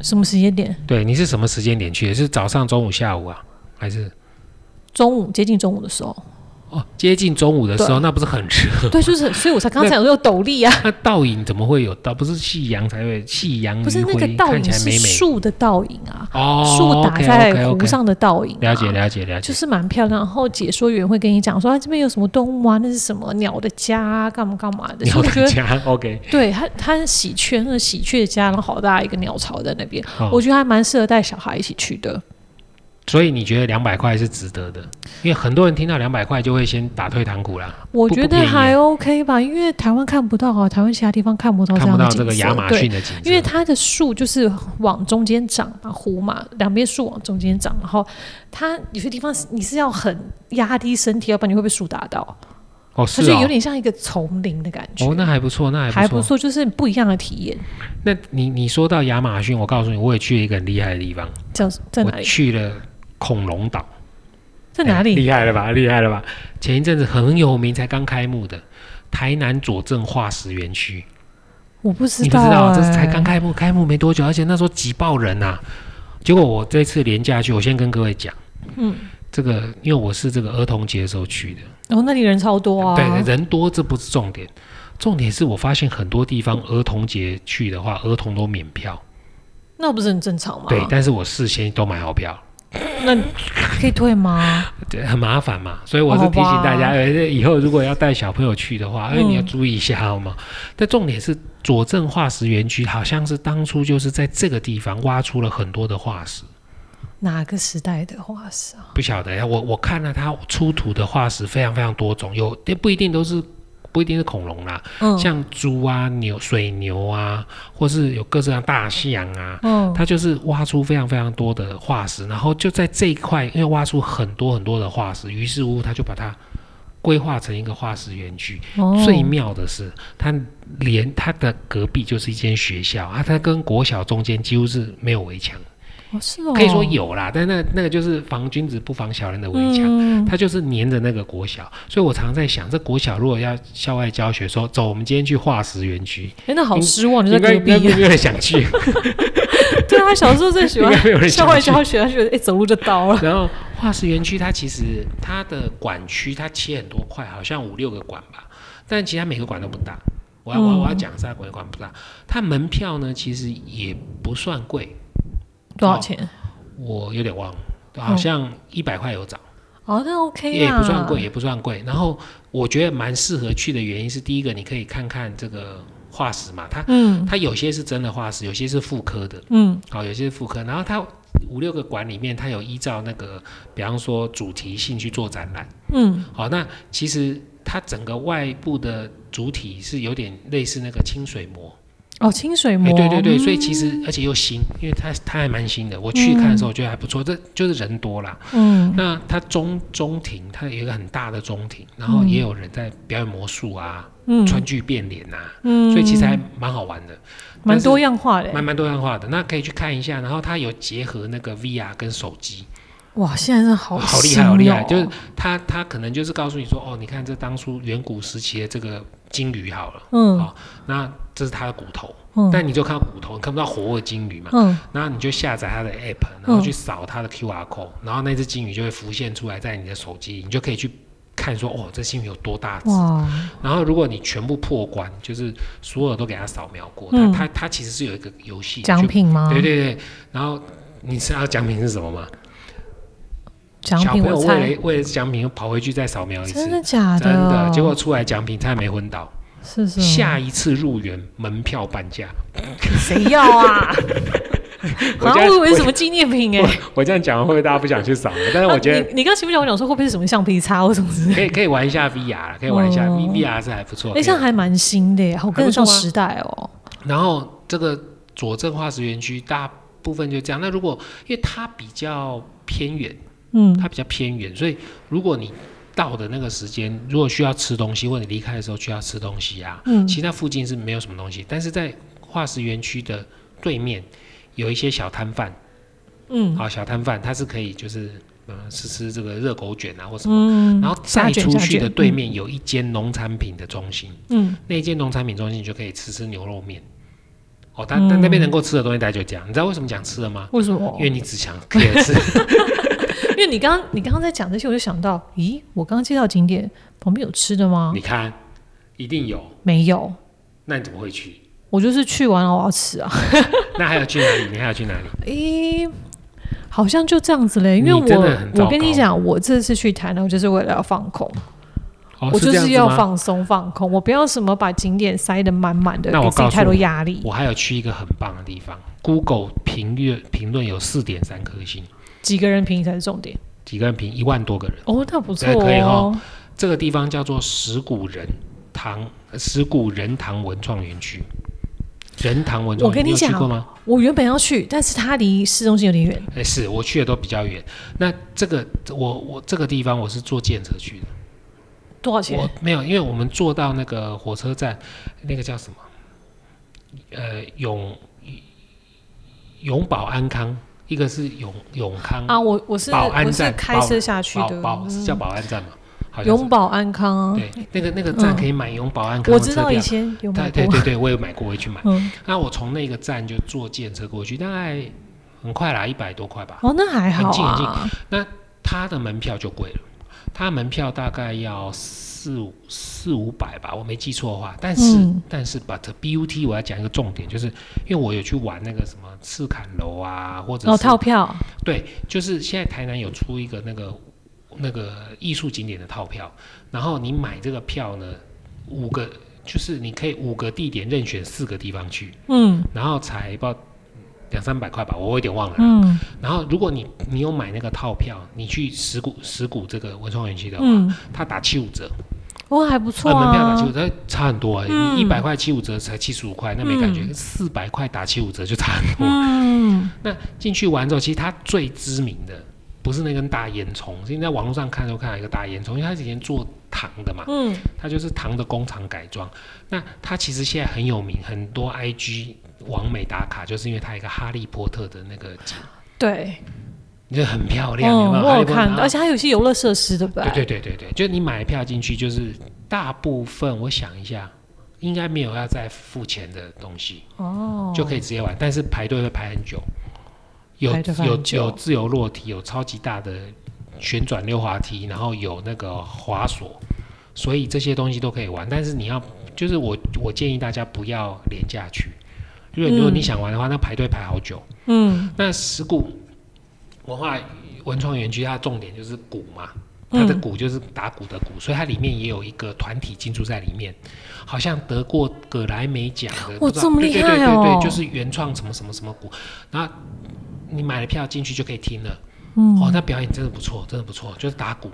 Speaker 2: 什么时间点？
Speaker 1: 对，你是什么时间点去的？是早上、中午、下午啊？还是
Speaker 2: 中午接近中午的时候，
Speaker 1: 哦，接近中午的时候，那不是很热？
Speaker 2: 对，就是，所以我才刚才有有斗笠啊，
Speaker 1: 那倒影怎么会有倒？不是夕阳才会，夕阳
Speaker 2: 不是
Speaker 1: 余
Speaker 2: 那个
Speaker 1: 晖
Speaker 2: 倒
Speaker 1: 看
Speaker 2: 影
Speaker 1: 起来
Speaker 2: 是
Speaker 1: 美美。
Speaker 2: 树的倒影啊，
Speaker 1: 哦，
Speaker 2: 树打
Speaker 1: OK，
Speaker 2: 在
Speaker 1: OK，OK
Speaker 2: 湖上的倒影、啊
Speaker 1: 了解了解了解，
Speaker 2: 就是蛮漂亮。然后解说员会跟你讲说，啊，这边有什么动物啊，那是什么鸟的家、啊，干嘛干嘛的。
Speaker 1: 鸟
Speaker 2: 所以我觉
Speaker 1: 的
Speaker 2: 得，
Speaker 1: 家 OK，
Speaker 2: 对它，它喜鹊那个喜鹊家，然后好大一个鸟巢在那边，
Speaker 1: 哦
Speaker 2: 我觉得还蛮适合带小孩一起去的。
Speaker 1: 所以你觉得两百块是值得的？因为很多人听到两百块就会先打退堂鼓啦，
Speaker 2: 我
Speaker 1: 不
Speaker 2: 觉
Speaker 1: 不
Speaker 2: 得
Speaker 1: 便宜啊
Speaker 2: 还 OK 吧，因为台湾看不到啊，台湾其他地方看不哦到这
Speaker 1: 看不
Speaker 2: 样的
Speaker 1: 到
Speaker 2: 景
Speaker 1: 这
Speaker 2: 色。
Speaker 1: 个亚马
Speaker 2: 对
Speaker 1: 逊的景色，
Speaker 2: 因为它的树就是往中间长嘛，湖嘛，两边树往中间长，然后它有些地方是你是要很压低身体，要不然你会被树打到，
Speaker 1: 哦
Speaker 2: 它
Speaker 1: 是
Speaker 2: 就
Speaker 1: 哦
Speaker 2: 有，点像一个丛林的感觉。
Speaker 1: 哦那还不错，那
Speaker 2: 还
Speaker 1: 不
Speaker 2: 不错，就是不一样的体验。
Speaker 1: 那你你说到亚马逊，我告诉你，我也去了一个很厉害的地方，
Speaker 2: 叫在哪
Speaker 1: 我
Speaker 2: 里？
Speaker 1: 去哎了恐龙岛。
Speaker 2: 在哪里？
Speaker 1: 厉害了吧，厉害了吧！前一阵子很有名，才刚开幕的台南左镇化石园区，
Speaker 2: 我不知
Speaker 1: 你不
Speaker 2: 道、
Speaker 1: 知道啊，
Speaker 2: 哎
Speaker 1: 这是才刚开幕，开幕没多久，而且那时候挤爆人啊。结果我这次连假去，我先跟各位讲，
Speaker 2: 嗯，
Speaker 1: 这个因为我是这个儿童节的时候去的，
Speaker 2: 哦，那里人超多啊。
Speaker 1: 对，人多这不是重点，重点是我发现很多地方儿童节去的话，儿童都免票，
Speaker 2: 那不是很正常吗？
Speaker 1: 对，但是我事先都买好票。
Speaker 2: 那可以退吗？
Speaker 1: 对， 很麻烦嘛，所以我是提醒大家，呃，以后如果要带小朋友去的话，哎，
Speaker 2: 嗯
Speaker 1: 你要注意一下好吗？但重点是，佐证化石园区好像是当初就是在这个地方挖出了很多的化石，
Speaker 2: 哪个时代的 化石啊？
Speaker 1: 不晓得我我看了它出土的化石非常非常多种，有也不一定都是。不一定是恐龙啦，
Speaker 2: 嗯
Speaker 1: 像猪啊、牛、水牛啊，或是有各式各样大象啊，
Speaker 2: 嗯，
Speaker 1: 它就是挖出非常非常多的化石，然后就在这一块，因为挖出很多很多的化石，于是乎它就把它规划成一个化石园区。
Speaker 2: 哦
Speaker 1: 最妙的是，它连它的隔壁就是一间学校啊，它跟国小中间几乎是没有围墙，
Speaker 2: 哦是哦，
Speaker 1: 可以说有啦，但那那个就是防君子不防小人的围墙。
Speaker 2: 嗯
Speaker 1: 它就是黏着那个国小，所以我常在想，这国小如果要校外教学说走，我们今天去化石园区，
Speaker 2: 哎、那好
Speaker 1: 应
Speaker 2: 失望，就在
Speaker 1: 应
Speaker 2: 隔
Speaker 1: 该应
Speaker 2: 壁
Speaker 1: 该。没有人想去，
Speaker 2: 对啊，他小时候最喜
Speaker 1: 应
Speaker 2: 欢
Speaker 1: 该没有人
Speaker 2: 校
Speaker 1: 想去。
Speaker 2: 外教学，他觉得哎、走路就 到了。
Speaker 1: 然后化石园区它其实它的管区它切很多块，好像五六个馆吧，但其实它每个馆都不大。我要我要我
Speaker 2: 嗯
Speaker 1: 要讲一下，馆馆不大，它门票呢其实也不算贵，
Speaker 2: 多少钱？
Speaker 1: 我有点忘了，
Speaker 2: 嗯
Speaker 1: 好像一百块有找，
Speaker 2: 哦，那 OK
Speaker 1: 也
Speaker 2: 啊，
Speaker 1: 不算贵，也不算贵。然后我觉得蛮适合去的原因是，第一个你可以看看这个化石嘛，它
Speaker 2: 嗯
Speaker 1: 它有些是真的化石，有些是复刻的。
Speaker 2: 嗯
Speaker 1: 好、有些是复刻，然后它五六个馆里面，它有依照那个，比方说主题性去做展览。
Speaker 2: 嗯，
Speaker 1: 好、那其实它整个外部的主体是有点类似那个清水膜，
Speaker 2: 哦，清水
Speaker 1: 哎、
Speaker 2: 模，嗯
Speaker 1: 对对对，所以其实而且又新，因为它它还蛮新的。我去看的时候，我觉得还不错，这就是人多啦。
Speaker 2: 嗯
Speaker 1: 那它中中庭，它有一个很大的中庭，然后也有人在表演魔术啊，
Speaker 2: 嗯
Speaker 1: 川剧变脸啊，
Speaker 2: 嗯，
Speaker 1: 所以其实还蛮好玩的。但
Speaker 2: 蛮
Speaker 1: 是
Speaker 2: 多样化的欸。
Speaker 1: 慢慢多样化的，那可以去看一下。然后它有结合那个 VR 跟手机，
Speaker 2: 哇，现在是好
Speaker 1: 好厉
Speaker 2: 新
Speaker 1: 害，好厉害！
Speaker 2: 哦
Speaker 1: 就是它它可能就是告诉你说，哦，你看这当初远古时期的这个鲸鱼好了，
Speaker 2: 嗯
Speaker 1: 好那这是它的骨头，
Speaker 2: 嗯
Speaker 1: 但你就看到骨头，你看不到活的鲸鱼嘛。
Speaker 2: 嗯，
Speaker 1: 然后你就下载它的 app，然后去扫它的 QR code，、然后那只鲸鱼就会浮现出来在你的手机里，你就可以去看说，哦，这鲸鱼有多大只，
Speaker 2: 哇，
Speaker 1: 然后如果你全部破关，就是所有都给它扫描过，它
Speaker 2: 嗯
Speaker 1: 它它其实是有一个游戏
Speaker 2: 奖
Speaker 1: 就
Speaker 2: 品吗？
Speaker 1: 对对对，然后你知道奖品是什么吗？
Speaker 2: 奖
Speaker 1: 小
Speaker 2: 品
Speaker 1: 朋友
Speaker 2: 我
Speaker 1: 为
Speaker 2: 猜，
Speaker 1: 了为了奖品又跑回去再扫描一次，
Speaker 2: 真的假
Speaker 1: 真的
Speaker 2: 的？
Speaker 1: 结果出来奖品差点没昏倒。
Speaker 2: 是啊是
Speaker 1: 下一次入园门票半价，
Speaker 2: 谁要啊？
Speaker 1: 我
Speaker 2: 好
Speaker 1: 这
Speaker 2: 像
Speaker 1: 样
Speaker 2: 我以为是什么纪念品哎、
Speaker 1: 我我这样讲会不会大家不想去扫了？但是 我觉得
Speaker 2: 啊你你刚前面讲，我讲说会不会是什么橡皮擦或什么之类
Speaker 1: 可以可以玩一下 VR，可以玩一下
Speaker 2: 哦
Speaker 1: V VR 是还不错。
Speaker 2: 的？
Speaker 1: 可
Speaker 2: 哎，
Speaker 1: 以
Speaker 2: 这样还蛮新的耶，好跟得上
Speaker 1: 还不错啊
Speaker 2: 时代哦。
Speaker 1: 然后这个佐证化石园区大部分就这样。那如果因为它比较偏远，
Speaker 2: 嗯
Speaker 1: 它比较偏远，所以如果你到的那个时间，如果需要吃东西，或者你离开的时候需要吃东西啊，
Speaker 2: 嗯
Speaker 1: 其实那附近是没有什么东西，但是在化石园区的对面有一些小摊贩，
Speaker 2: 嗯
Speaker 1: 好、小摊贩它是可以就是嗯吃吃这个热狗卷啊或什么，
Speaker 2: 嗯
Speaker 1: 然后再
Speaker 2: 虾卷
Speaker 1: 出
Speaker 2: 虾
Speaker 1: 去
Speaker 2: 卷
Speaker 1: 的对
Speaker 2: 嗯
Speaker 1: 面有一间农产品的中心，
Speaker 2: 嗯，
Speaker 1: 那一间农产品中心你就可以吃吃牛肉面。哦，但
Speaker 2: 嗯哦
Speaker 1: 哦但那边能够吃的东西大家就这样，你知道为什么讲吃的吗？
Speaker 2: 为什么
Speaker 1: 因？为你只想可以吃，
Speaker 2: 因为你刚刚你刚刚在讲这些，我就想到，咦，我刚刚介绍景点旁边有吃的吗？
Speaker 1: 你看，一定有，
Speaker 2: 没有，
Speaker 1: 那你怎么会去？
Speaker 2: 我就是去完了我要吃啊。
Speaker 1: 那还要去哪里？你还要去哪里？
Speaker 2: 咦、好像就这样子嘞，因为
Speaker 1: 你真的很糟
Speaker 2: 我
Speaker 1: 糕
Speaker 2: 我跟你讲，我这次去台南，我就是为了要放空，
Speaker 1: 哦，
Speaker 2: 我
Speaker 1: 这
Speaker 2: 就
Speaker 1: 样
Speaker 2: 是
Speaker 1: 子
Speaker 2: 要
Speaker 1: 吗。
Speaker 2: 放松放空，我不要什么把景点塞得满满的，
Speaker 1: 那我
Speaker 2: 给自
Speaker 1: 告
Speaker 2: 己
Speaker 1: 诉
Speaker 2: 太多
Speaker 1: 你
Speaker 2: 压力。
Speaker 1: 我还有去一个很棒的地方，Google 评论评论有四点三颗星，
Speaker 2: 几个人评才是重点
Speaker 1: 几个人评一万多个人。
Speaker 2: 哦，那不错
Speaker 1: 对可以
Speaker 2: 哦
Speaker 1: 哦，这个地方叫做石鼓人堂呃石鼓人堂文创园区。人堂文创，
Speaker 2: 我跟
Speaker 1: 你有
Speaker 2: 你讲
Speaker 1: 去过吗？
Speaker 2: 我原本要去，但是它离市中心有点远，
Speaker 1: 哎，是我去的都比较远。那这个我我这个地方我是坐电车去的，
Speaker 2: 多少钱
Speaker 1: 我？没有，因为我们坐到那个火车站，那个叫什么？呃，永永保安康，一个是永永康
Speaker 2: 啊，我我是
Speaker 1: 保安
Speaker 2: 我是
Speaker 1: 站
Speaker 2: 开车下去
Speaker 1: 保
Speaker 2: 的，嗯
Speaker 1: 保是叫保安站吗？好像是
Speaker 2: 永。保安康啊，
Speaker 1: 对，那个那个站
Speaker 2: 嗯
Speaker 1: 可以买永保安康
Speaker 2: 我
Speaker 1: 的
Speaker 2: 知
Speaker 1: 车票。
Speaker 2: 道以前有买
Speaker 1: 对
Speaker 2: 过
Speaker 1: 对，对对，我有买过，我也去买。
Speaker 2: 嗯，
Speaker 1: 那我从那个站就坐电车过去，大概很快啦，一百多块吧。
Speaker 2: 哦，那还好
Speaker 1: 很近很近
Speaker 2: 啊，
Speaker 1: 它的门票就贵了，它门票大概要四五四五百吧，我没记错的话。但是、
Speaker 2: 嗯
Speaker 1: 但是，but BUT 我要讲一个重点，就是因为我有去玩那个什么赤坎楼啊，或者
Speaker 2: 然后
Speaker 1: 是、
Speaker 2: 哦套票，
Speaker 1: 对，就是现在台南有出一个那个那个艺术景点的套票，然后你买这个票呢，五个就是你可以五个地点任选四个地方去，
Speaker 2: 嗯
Speaker 1: 然后才报两三百块吧，我有点忘了。
Speaker 2: 嗯
Speaker 1: 然后如果你你有买那个套票，你去石鼓石鼓这个文创园区的话，
Speaker 2: 嗯，
Speaker 1: 它打七五折，
Speaker 2: 哦，还不错
Speaker 1: 啊呃门票
Speaker 2: 啊
Speaker 1: 打七，五折差很多、欸，
Speaker 2: 嗯
Speaker 1: 你一百块七五折才七十五块，那没感觉，
Speaker 2: 嗯
Speaker 1: 四百块打七五折就差很多。
Speaker 2: 嗯，
Speaker 1: 那进去玩之后，其实它最知名的不是那根大烟囱，是你在网络上看都看到一个大烟囱，因为它以前做糖的嘛，
Speaker 2: 嗯，
Speaker 1: 它就是糖的工厂改装。那它其实现在很有名，很多 IG 网美打卡，就是因为它有一个哈利波特的那个景，
Speaker 2: 对，
Speaker 1: 你就很漂亮，有
Speaker 2: 嗯，
Speaker 1: 没有？
Speaker 2: 我
Speaker 1: 哈利
Speaker 2: 有
Speaker 1: 波特
Speaker 2: 看，
Speaker 1: 然后
Speaker 2: 而且它有些游乐设施对吧？
Speaker 1: 啊对对对对对，就你买票进去，就是大部分我想一下，应该没有要再付钱的东西，
Speaker 2: 哦，
Speaker 1: 就可以直接玩，但是排队会排很久，有
Speaker 2: 排队排
Speaker 1: 有
Speaker 2: 很久
Speaker 1: 有自由落体，有超级大的旋转溜滑梯，然后有那个滑索，所以这些东西都可以玩，但是你要就是我我建议大家不要廉价去，因为如果你
Speaker 2: 嗯
Speaker 1: 想玩的话，那排队排好久。
Speaker 2: 嗯
Speaker 1: 那石鼓文化文创园区，它的重点就是鼓嘛，它
Speaker 2: 嗯
Speaker 1: 的鼓就是打鼓的鼓，所以它里面也有一个团体进驻在里面，好像得过葛莱美奖的，
Speaker 2: 哇
Speaker 1: 不知道
Speaker 2: 这么厉害
Speaker 1: 对对对
Speaker 2: 哦
Speaker 1: 对，就是原创什么什么什么鼓，然后你买了票进去就可以听了。哦，
Speaker 2: 嗯，
Speaker 1: 那表演真的不错，真的不错，就是打鼓。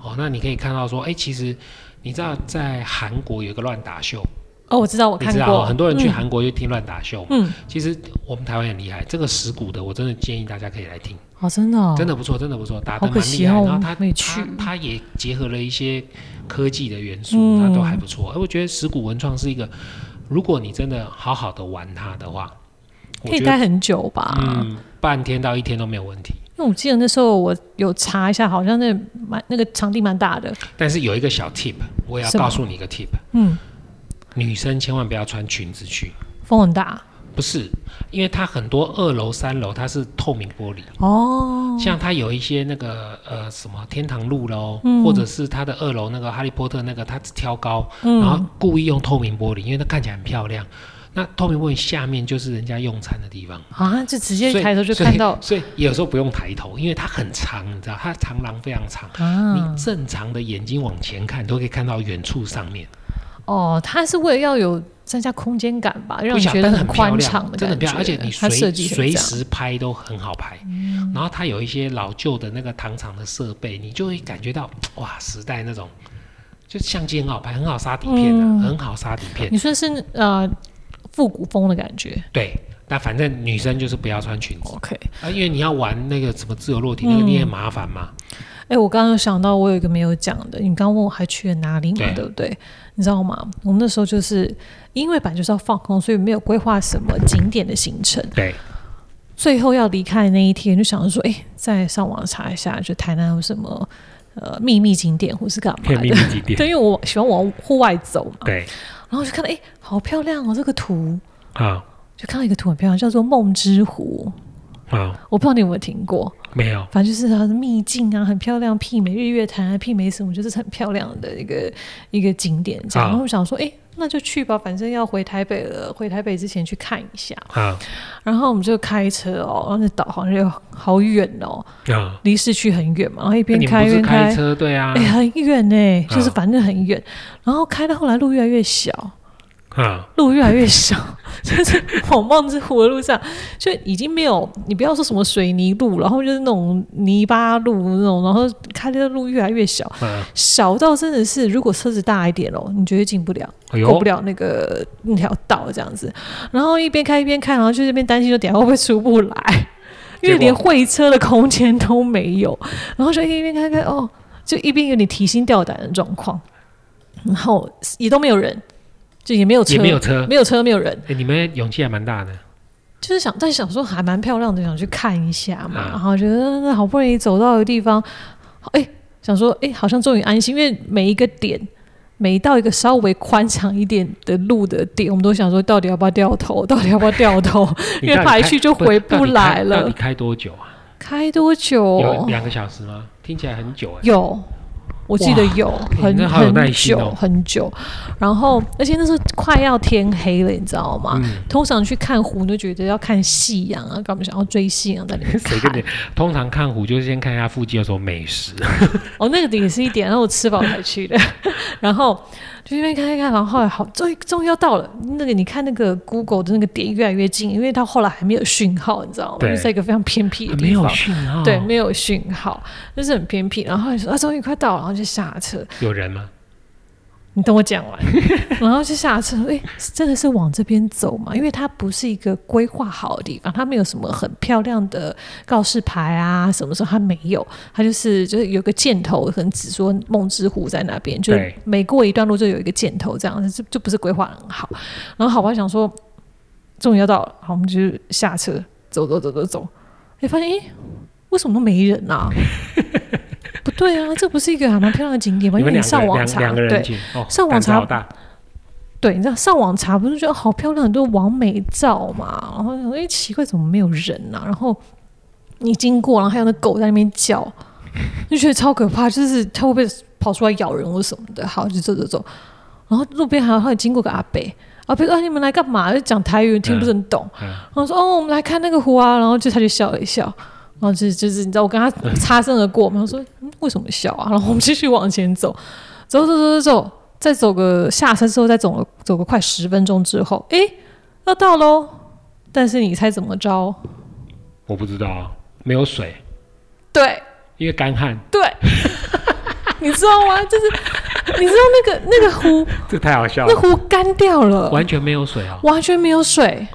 Speaker 1: 哦，那你可以看到说，哎、其实你知道在韩国有一个乱打秀，
Speaker 2: 哦，我知道，我
Speaker 1: 你
Speaker 2: 看
Speaker 1: 知道
Speaker 2: 过，
Speaker 1: 哦很多人去
Speaker 2: 嗯
Speaker 1: 韩国就听乱打秀嘛。
Speaker 2: 嗯，
Speaker 1: 其实我们台湾很厉害，这个石鼓的，我真的建议大家可以来听，
Speaker 2: 哦，真的哦，
Speaker 1: 真的不错，真的不错，打
Speaker 2: 好
Speaker 1: 得
Speaker 2: 可
Speaker 1: 蛮
Speaker 2: 惜
Speaker 1: 厉害。
Speaker 2: 哦
Speaker 1: 然后它
Speaker 2: 没
Speaker 1: 它
Speaker 2: 去
Speaker 1: 它也结合了一些科技的元素，
Speaker 2: 嗯
Speaker 1: 那、都还不错。而哎我觉得石鼓文创是一个，如果你真的好好的玩它的话，我
Speaker 2: 可以
Speaker 1: 觉得
Speaker 2: 待很久吧？
Speaker 1: 嗯，半天到一天都没有问题。
Speaker 2: 因为我记得那时候我有查一下，好像那蛮那个场地蛮大的，
Speaker 1: 但是有一个小 tip，我也要
Speaker 2: 什么
Speaker 1: 告诉你一个 tip，
Speaker 2: 嗯，
Speaker 1: 女生千万不要穿裙子去，
Speaker 2: 风很大
Speaker 1: 不是，因为它很多二楼、三楼它是透明玻璃。
Speaker 2: 哦，
Speaker 1: 像它有一些那个呃什么天堂路喽，
Speaker 2: 嗯
Speaker 1: 或者是它的二楼那个哈利波特那个，它挑高，然后
Speaker 2: 嗯，
Speaker 1: 故意用透明玻璃，因为它看起来很漂亮。那透明玻璃下面就是人家用餐的地方，
Speaker 2: 啊，就直
Speaker 1: 所
Speaker 2: 接
Speaker 1: 以
Speaker 2: 抬头就看到
Speaker 1: 所以，所以有时候不用抬头，因为它很长，你知道，它长廊非常长，
Speaker 2: 啊
Speaker 1: 你，正常的眼睛往前看都可以看到远处上面。
Speaker 2: 哦，它是为了要有增加空间感吧，让
Speaker 1: 不
Speaker 2: 你
Speaker 1: 小，
Speaker 2: 觉
Speaker 1: 但是
Speaker 2: 得
Speaker 1: 很漂
Speaker 2: 宽
Speaker 1: 亮，
Speaker 2: 敞的
Speaker 1: 真的
Speaker 2: 感
Speaker 1: 很漂
Speaker 2: 觉，
Speaker 1: 亮，而且你
Speaker 2: 它设
Speaker 1: 随
Speaker 2: 计成
Speaker 1: 随
Speaker 2: 这样嗯
Speaker 1: 时拍都很好拍。然后它有一些老旧的那个糖厂的设备，你就会感觉到哇，时代那种，就相机很好拍，很好杀底片啊，
Speaker 2: 嗯
Speaker 1: 很好杀底片。
Speaker 2: 你说是呃复古风的感觉
Speaker 1: 对，但反正女生就是不要穿裙子
Speaker 2: ？OK，
Speaker 1: 啊，因为你要玩那个什么自由落体，
Speaker 2: 嗯
Speaker 1: 那个你很麻烦嘛。
Speaker 2: 哎、我刚刚有想到，我有一个没有讲的，你刚问我还去了哪里嘛，
Speaker 1: 对
Speaker 2: 对不对？你知道吗？我们那时候就是因为本来就是要放空，所以没有规划什么景点的行程。
Speaker 1: 对，
Speaker 2: 最后要离开的那一天，就想着说，哎、再上网查一下，就台南有什么呃秘密景点或是干嘛的。
Speaker 1: 几
Speaker 2: 对，
Speaker 1: 点？
Speaker 2: 因为我喜欢往户外走嘛，
Speaker 1: 对
Speaker 2: 然后我就看到，哎、好漂亮哦，这个图，
Speaker 1: 啊
Speaker 2: 就看到一个图很漂亮，叫做梦之湖，
Speaker 1: 啊
Speaker 2: 我不知道你有没有听过。
Speaker 1: 没有，
Speaker 2: 反正就是很秘境啊，很漂亮，媲美日月潭啊，媲美什么，就是很漂亮的一个一个景点这样。
Speaker 1: 啊
Speaker 2: 然后我想说，哎、那就去吧，反正要回台北了，回台北之前去看一下。
Speaker 1: 啊
Speaker 2: 然后我们就开车哦，然后那导航又好远哦，
Speaker 1: 啊，
Speaker 2: 离市区很远嘛，然后一
Speaker 1: 那
Speaker 2: 边
Speaker 1: 你
Speaker 2: 开
Speaker 1: 们
Speaker 2: 一
Speaker 1: 不是
Speaker 2: 边
Speaker 1: 开车对啊
Speaker 2: 哎、？很远呢、
Speaker 1: 啊
Speaker 2: 就是反正很远。然后开到后来路越来越小，
Speaker 1: 啊，
Speaker 2: 路越来越小， 就是往望之湖的路上，就已经没有你不要说什么水泥路，然后就是那种泥巴路那种，然后开的路越来越小，
Speaker 1: 嗯，
Speaker 2: 小到真的是如果车子大一点哦，你绝对进不了。
Speaker 1: 哎
Speaker 2: 过
Speaker 1: 呦
Speaker 2: 不，了那个那条道这样子。然后一边开一边看，然后就这边担心说等一下会不会出不来，因
Speaker 1: 结果
Speaker 2: 为连会车的空间都没有。然后就一边开开哦，就一边有点提心吊胆的状况，然后也都没有人，就也没有车，
Speaker 1: 也没有车，
Speaker 2: 没有车没有人，
Speaker 1: 哎，你们勇气还蛮大的，
Speaker 2: 就是想，但想说还蛮漂亮的，想去看一下嘛。
Speaker 1: 啊
Speaker 2: 然后觉得那好不容易走到的地方，哎、想说哎、好像终于安心，因为每一个点，每到一个稍微宽敞一点的路的点，我们都想说到底要不要掉头，到底要不要掉头，
Speaker 1: 你
Speaker 2: 因为
Speaker 1: 到底开
Speaker 2: 排序就回不
Speaker 1: 到底开
Speaker 2: 来了
Speaker 1: 到底开多久啊？
Speaker 2: 开多久？
Speaker 1: 有两个小时吗？听起来很久哎。
Speaker 2: 有，我记得
Speaker 1: 哇
Speaker 2: 有
Speaker 1: 你
Speaker 2: 很
Speaker 1: 真好有耐
Speaker 2: 很
Speaker 1: 心
Speaker 2: 久
Speaker 1: 哦
Speaker 2: 很久，然后而且那时候快要天黑了，你知道吗？
Speaker 1: 嗯
Speaker 2: 通常去看湖都觉得要看夕 阳啊，干嘛想要追夕阳在里面
Speaker 1: 谁
Speaker 2: 看
Speaker 1: 跟？你？通常看湖就是先看一下附近有什么美食，
Speaker 2: 哦，那个也是一点，然后我吃饱才去的， 然后就那边看一看，然后后来好，终于终于要到了。那个你看那个 Google 的那个点越来越近，因为到后来还没有讯号，你知道吗？
Speaker 1: 对
Speaker 2: 就在一个非常偏僻的
Speaker 1: 没
Speaker 2: 地
Speaker 1: 有啊
Speaker 2: 方。
Speaker 1: 讯号，
Speaker 2: 对，没有讯号，就是很偏僻。然后你说啊，终于快到了，然后就下车。
Speaker 1: 有人吗？
Speaker 2: 你等我讲完， 然后就下车。诶，真的是往这边走嘛？因为它不是一个规划好的地方，它没有什么很漂亮的告示牌啊，什么时候它没有，它就是就是有个箭头，可能只说梦之湖在那边，就
Speaker 1: 对
Speaker 2: 每过一段路就有一个箭头，这样就就不是规划得很好。然后好吧，想说终于要到了，好，我们就下车走走走走走，诶，发现诶，为什么都没人 啊？不对啊，这不是一个还蛮漂亮的景点吗？
Speaker 1: 你
Speaker 2: 因为
Speaker 1: 们两个
Speaker 2: 你上
Speaker 1: 人
Speaker 2: 网
Speaker 1: 两
Speaker 2: 查，
Speaker 1: 两个
Speaker 2: 对
Speaker 1: 人，去，哦，
Speaker 2: 上网
Speaker 1: 胆子
Speaker 2: 查
Speaker 1: 好大，
Speaker 2: 对，你知道上网查不是觉得好漂亮，很多完美照嘛，然后想说哎、奇怪怎么没有人啊？然后你经过，然后还有那狗在那边叫， 就觉得超可怕，就是它会不会跑出来咬人或什么的？好，就走走走，然后路边还有还有经过个阿伯，阿伯说、啊、你们来干嘛？就讲台语听不是很懂，
Speaker 1: 嗯
Speaker 2: 然后说哦我们来看那个湖啊，然后就他就笑了一笑。然后就就是你知道我 跟他擦身而过嘛，我说、嗯、为什么笑啊？然后我们继续往前走，走走走走走，再走个下山之后，再走个走个快十分钟之后，诶，要到喽。但是你猜怎么着？
Speaker 1: 我不知道啊，没有水，
Speaker 2: 对
Speaker 1: 因为干旱，
Speaker 2: 对，你知道吗？就是你知道那个那个湖，
Speaker 1: 这太好笑
Speaker 2: 那，湖干掉了，
Speaker 1: 完全没有水啊，
Speaker 2: 完全没有水，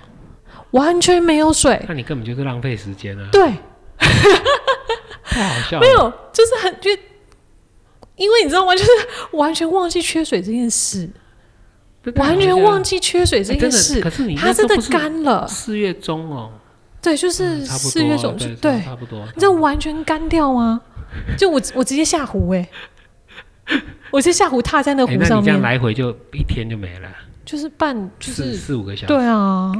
Speaker 2: 完全没有水。
Speaker 1: 那你根本就是浪费时间啊，
Speaker 2: 对，啊
Speaker 1: 太好笑了，
Speaker 2: 没有，就是很就，因为你知道吗？就是完全忘记缺水这件事，
Speaker 1: 这啊太好笑了，
Speaker 2: 完全忘
Speaker 1: 记
Speaker 2: 记缺水这件事
Speaker 1: 可，是你
Speaker 2: 它真的干了。
Speaker 1: 四月中哦，
Speaker 2: 对，就是
Speaker 1: 嗯差不多
Speaker 2: 四月中，
Speaker 1: 对
Speaker 2: 对，
Speaker 1: 差不多，
Speaker 2: 你知道完全干掉吗？就我我直接下湖哎、我直接下湖踏在那
Speaker 1: 哎
Speaker 2: 湖
Speaker 1: 那
Speaker 2: 上
Speaker 1: 你这
Speaker 2: 面
Speaker 1: 样，来回就一天就没了，
Speaker 2: 就是半就
Speaker 1: 四
Speaker 2: 是
Speaker 1: 四五个小时。
Speaker 2: 对啊，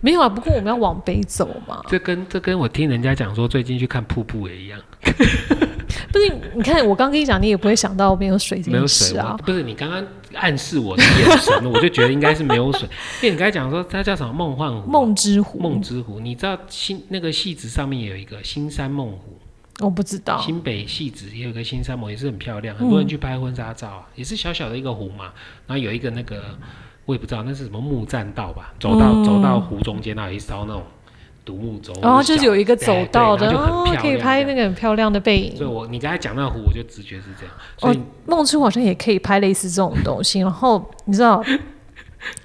Speaker 2: 没有啊。不过我们要往北走嘛，
Speaker 1: 这跟这跟我听人家讲说最近去看瀑布也一样，
Speaker 2: 不是？你看我刚跟你讲，你也不会想到没有水这
Speaker 1: 没有
Speaker 2: 件
Speaker 1: 水
Speaker 2: 事
Speaker 1: 我
Speaker 2: 啊。
Speaker 1: 不是你刚刚暗示我的眼神，我就觉得应该是没有水，因为你刚才讲说它叫什么梦幻湖，啊
Speaker 2: 梦之湖，
Speaker 1: 梦之湖，你知道新那个戏子上面也有一个新山梦湖，
Speaker 2: 我不知道，
Speaker 1: 新北戏子也有一个新山梦，也是很漂亮，很
Speaker 2: 嗯
Speaker 1: 多人去拍婚纱照啊，也是小小的一个湖嘛，然后有一个那个我也不知道那是什么木栈道吧，走到、
Speaker 2: 嗯
Speaker 1: 走到湖中间那有一艘那种独木舟，
Speaker 2: 然后哦就是有一个
Speaker 1: 对
Speaker 2: 走道的，
Speaker 1: 对然后就很
Speaker 2: 哦
Speaker 1: 漂，亮
Speaker 2: 可以拍那个哦很漂亮的背影哦
Speaker 1: 所以。我你刚才讲那个湖，我就直觉是这样，所以
Speaker 2: 梦之湖好像也可以拍类似这种东西。然后你知道，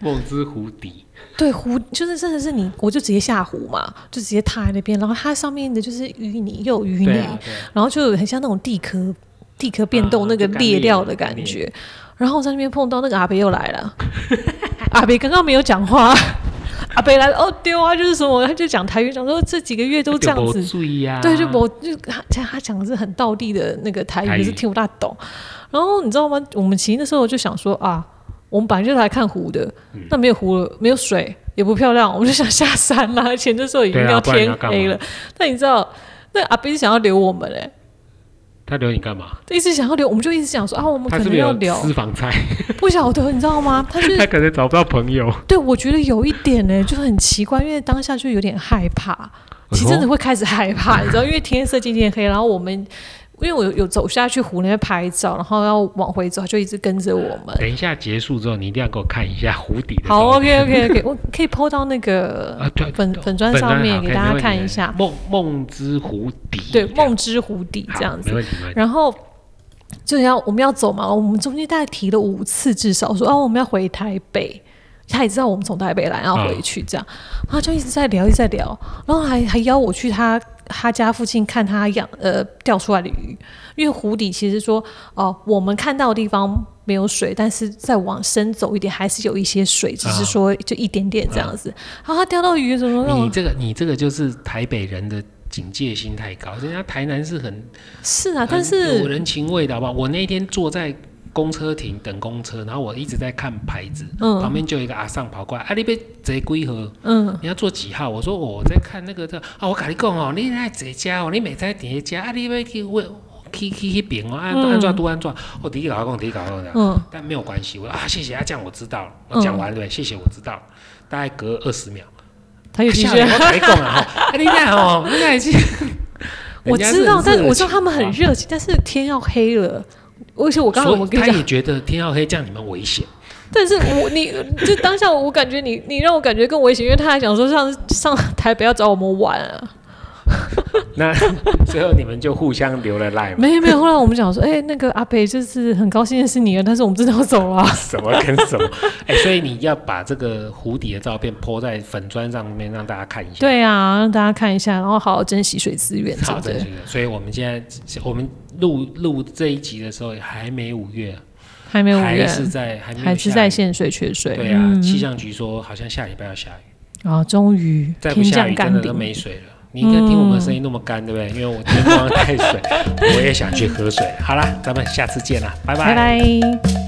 Speaker 1: 梦之湖底
Speaker 2: 对湖就是真的是你，我就直接下湖嘛，就直接踏在那边，然后它上面的就是淤泥，又有淤泥，
Speaker 1: 对啊对啊，
Speaker 2: 然后就很像那种地壳地壳变动
Speaker 1: 啊
Speaker 2: 那个
Speaker 1: 就干裂
Speaker 2: 裂掉的
Speaker 1: 了
Speaker 2: 感
Speaker 1: 裂
Speaker 2: 觉。然后在那边碰到那个阿北又来了， 阿北刚刚没有讲话， 阿北来了哦丢啊，就是什么，他就讲台语，讲说这几个月都这样
Speaker 1: 就
Speaker 2: 子
Speaker 1: 没，注意啊，
Speaker 2: 对，就我就他他他讲的是很道地的那个台
Speaker 1: 台
Speaker 2: 语，
Speaker 1: 语
Speaker 2: 可是听不大懂。然后你知道吗？我们其实那时候就想说啊，我们本来就来看湖的，
Speaker 1: 嗯
Speaker 2: 那、没有湖了，没有水，也不漂亮，我们就想下山啦。而且那时候已经
Speaker 1: 对啊
Speaker 2: 要
Speaker 1: 不然
Speaker 2: 天
Speaker 1: 要干嘛
Speaker 2: 黑了，但你知道那阿斌想要留我们嘞、
Speaker 1: 他留你干嘛？
Speaker 2: 一直想要留，我们就一直想说啊，我们
Speaker 1: 他
Speaker 2: 可
Speaker 1: 是不
Speaker 2: 能
Speaker 1: 是
Speaker 2: 要
Speaker 1: 有
Speaker 2: 留，
Speaker 1: 私房菜？
Speaker 2: 不晓得你知道吗？他就
Speaker 1: 他
Speaker 2: 是
Speaker 1: 可能找不到朋友。
Speaker 2: 对我觉得有一点呢、就很奇怪，因为当下就有点害怕，其实真的会开始害怕，你知道，因为天色渐渐黑，然后我们因为我有有走下去湖那边拍照，然后要往回走，他就一直跟着我们。
Speaker 1: 等一下结束之后，你一定要给我看一下湖底的照片。
Speaker 2: 好，OK OK OK，我可以 PO 到那个
Speaker 1: 啊，对，
Speaker 2: 粉哎粉砖上面给大家看一下，
Speaker 1: 梦梦之湖底，
Speaker 2: 对，
Speaker 1: 这样
Speaker 2: 梦之湖底
Speaker 1: 好
Speaker 2: 这样子
Speaker 1: 没。问题，没问题。
Speaker 2: 然后就要我们要走嘛，我们中间大概提了五次，至少说哦我们要回台北，他也知道我们从台北来，然后回去这样，然后就一直在聊，一直在聊，然后还还邀我去他他家附近看他养呃钓出来的鱼，因为湖底其实说哦、我们看到的地方。没有水，但是再往深走一点，还是有一些水，只是说就一点点这样子。然后他钓到鱼，怎么让我
Speaker 1: 啊你这个，你这个就是台北人的警戒心太高，人家台南是很
Speaker 2: 是啊？
Speaker 1: 很
Speaker 2: 但
Speaker 1: 有
Speaker 2: 是
Speaker 1: 人情味的，好不好？我那天坐在公车亭等公车，然后我一直在看牌子，
Speaker 2: 嗯
Speaker 1: 旁边就有一个阿尚跑过来，啊，你被贼龟河，
Speaker 2: 嗯，
Speaker 1: 你要坐几号？我说我在看那个这，啊，我跟你讲哦，你爱坐家哦，你每在叠家，啊，你要去问。去去去边哦，啊，
Speaker 2: 嗯
Speaker 1: 安怎都安怎，我哦第一个搞讲，第一个搞讲
Speaker 2: 嗯，
Speaker 1: 但没有关系，我说啊，谢谢啊，这样我知道了，
Speaker 2: 嗯
Speaker 1: 我讲完了对，谢谢，我知道了，大概隔二十秒。
Speaker 2: 他 有继
Speaker 1: 下
Speaker 2: 续
Speaker 1: 面我跟你讲啊，吼啊你那哦，你那是，
Speaker 2: 我知道，但我知道他们很
Speaker 1: 热情
Speaker 2: 热情，啊但是天要黑了，而且我
Speaker 1: 啊。
Speaker 2: 刚刚
Speaker 1: 所
Speaker 2: 我
Speaker 1: 以
Speaker 2: 跟你
Speaker 1: 他
Speaker 2: 讲，
Speaker 1: 也觉得天要黑，这样你们危险。
Speaker 2: 但是我你就当下我感觉你你让我感觉更危险，因为他还想说上上台北要找我们玩啊，
Speaker 1: 那 最后你们就互相留了赖嘛，
Speaker 2: 没有没有，后来我们讲说，哎、那个阿北就是很高兴认识你了，但是我们真的要走了，
Speaker 1: 什么跟什么。 哎、所以你要把这个湖底的照片泼在粉砖上面，让大家看一下。
Speaker 2: 对啊，让大家看一下，然后好好珍惜水资源，对
Speaker 1: 好
Speaker 2: 不
Speaker 1: 的，
Speaker 2: 对？
Speaker 1: 真的所以我们现在我们录录这一集的时候还没五月，
Speaker 2: 还没有五
Speaker 1: 还
Speaker 2: 月，
Speaker 1: 是在还没有
Speaker 2: 还是
Speaker 1: 下
Speaker 2: 在
Speaker 1: 雨
Speaker 2: 限水缺水，
Speaker 1: 对啊，
Speaker 2: 嗯
Speaker 1: 气象局说好像下礼拜要下雨。
Speaker 2: 啊，终于
Speaker 1: 再不
Speaker 2: 天
Speaker 1: 下
Speaker 2: 降
Speaker 1: 雨
Speaker 2: 甘
Speaker 1: 真的都
Speaker 2: 霖，
Speaker 1: 没水了。你应该听我们的声音那么干，对不对？因为我天光太水，我也想去喝水。好啦，咱们下次见啦，拜
Speaker 2: 嗯拜拜。